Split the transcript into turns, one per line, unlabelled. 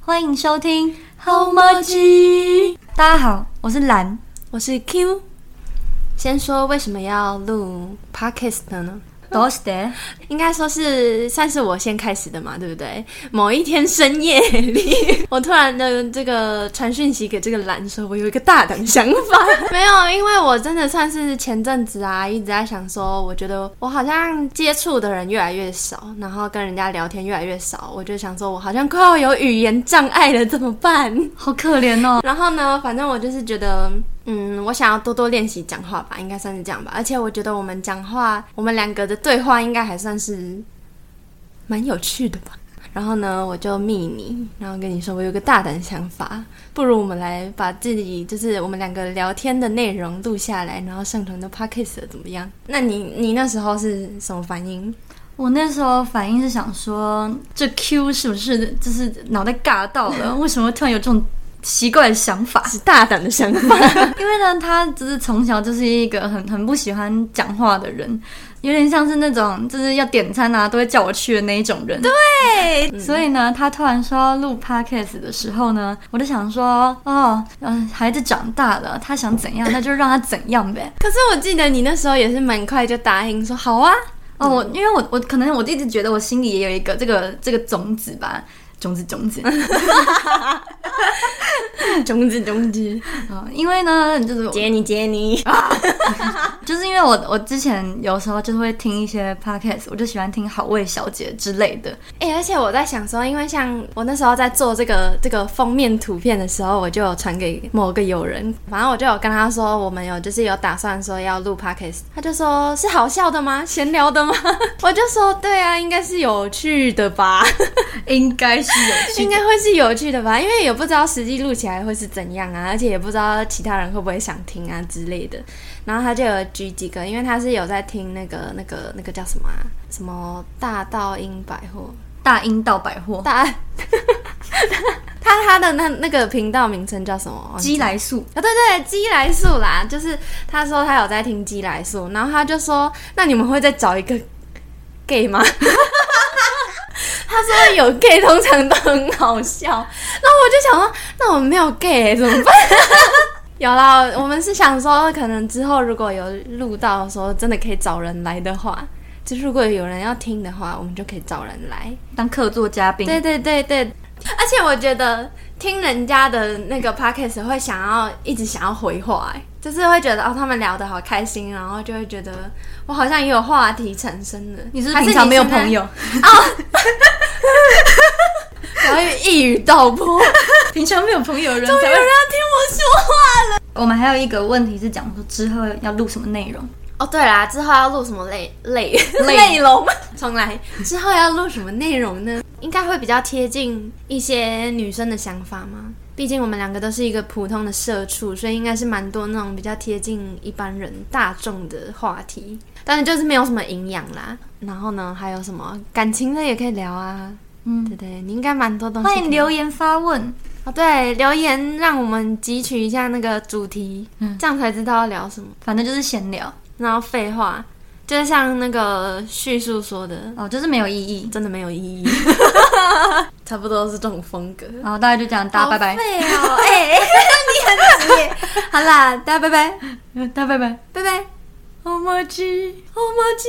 欢迎收听《How Much》。大家好，我是 蓝。
我是 Q。先说为什么要录 Podcast 呢？
どうして？
应该说是算是我先开始的嘛，对不对？某一天深夜里， 我突然的这个传讯息给这个蓝说，我有一个大胆想法。 没有，因为我真的算是前阵子啊，一直在想说，我觉得我好像接触的人越来越少，然后跟人家聊天越来越少，我就想说，我好像快要有语言障碍了，怎么办？
好可怜哦。
然后呢，反正我就是觉得，嗯，我想要多多练习讲话吧，应该算是这样吧。而且我觉得我们讲话，我们两个的对话应该还算是蛮有趣的吧。然后呢，我就密你，然后跟你说我有个大胆想法，不如我们来把自己就是我们两个聊天的内容录下来，然后上传到 podcast 怎么样？那你你那时候是什么反应？
我那时候反应是想说，这 Q 是不是就是脑袋尬到 了？为什么突然有这种奇怪的想法？
是大胆的想 法，
因为呢，他就是从小就是一个很很不喜欢讲话的人，有点像是那种就是要点餐啊都会叫我去的那一种人。对，所以呢，他突然说要录 podcast 的时候呢，我就想说，哦，嗯，孩子长大了，他想怎样，那就让他怎样呗。
可是我记得你那时候也是蛮快就答应说好啊，
哦，我因为我我可能我一直觉得我心里也有一个这个这个种子吧，种子种子，
种子种子，
嗯因为呢，就是我
接你接你。
就是因为我我之前有时候就会听一些 podcast，我就喜欢听好味小姐之类的，
哎、而且我在想说，因为像我那时候在做这个这个封面图片的时候，我就有传给某个友人，反正我就有跟他说，我们有就是有打算说要录 podcast，他就说是好笑的吗？闲聊的吗？ 我就说对啊，应该是有趣的吧，
应该是有
应
趣。
该会是有趣的吧，因为也不知道实际录起来会是怎样啊，而且也不知道其他人会不会想听啊之类的。然后他就有举几个，因为他是有在听那个那个那个叫什么啊，什么大道英百货。
大英道百货，
大 他他的那那个频道名称叫什么？
鸡来素，
啊，对对，鸡来素啦，就是他说他有在听鸡来素，然后他就说，那你们会再找一个 gay 吗？ 他说有 gay 通常都很好笑，那我就想说，那我们没有 gay、怎么欸办？ 有啦，我们是想说，可能之后如果有录到说真的可以找人来的话，就是如果有人要听的话，我们就可以找人来。
当客座嘉宾，
对对对对，而且我觉得听人家的那个 podcast 会想要一直想要回话、哎，就是会觉得哦，他们聊得好开心，然后就会觉得我好像也有话题产生了。
你是不
还
是
是
平常没有 朋友，
现在，哦然后一语 道 破，
啊平常没有朋友的人才
有人
会。
要听我说话了。
我们还有一个问题是讲说之后要录什么内容，
哦，对啦，之后要录什么类类
类
内 容？重来，之后要录什么内容呢？应该会比较贴近一些女生的想法吗？毕竟我们两个都是一个普通的社畜，所以应该是蛮多那种比较贴近一般人大众的话题，但是就是没有什么营养啦。然后呢，还有什么感情的也可以聊啊，
嗯
对不对？你应该蛮多东西可以。
欢迎留言发问。
哦，对，留言让我们汲取一下那个主题，
嗯
这样才知道要聊什么。
反正就是闲聊
然后废话，就是像那个叙述说的，
哦，就是没有意义。
真的没有意义， 差不多是这种风格。
然哦后大家就这样，大家拜拜
好，废哦，哎、你很直接。好啦， 大家拜拜，
嗯大家拜拜。
拜拜，
好么鸡，
好吗？鸡。